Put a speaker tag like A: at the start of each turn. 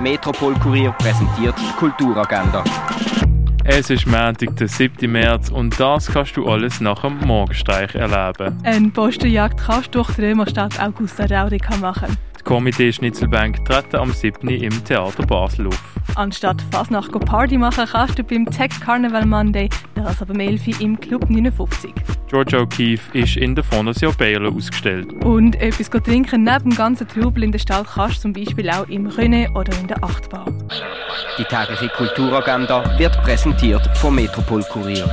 A: Metropol Kurier präsentiert die Kulturagenda.
B: Es ist Montag, der 7. März und das kannst du alles nach dem Morgenstreich erleben.
C: Eine Postenjagd kannst du durch die Römerstadt Augusta Raurica machen.
B: Die Komitee Schnitzelbank treten am 7. im Theater Basel auf.
C: Anstatt Fasnacht go Party machen, kannst du beim Tech Carnival Monday, das ab dem 11. Uhr im Club 59.
B: George O'Keefe ist in der Fondation Baylor ausgestellt.
C: Und etwas go trinken neben dem ganzen Trubel in der Stadt kannst du zum Beispiel auch im René oder in der Achtbar.
A: Die tägliche Kulturagenda wird präsentiert vom Metropol Kurier.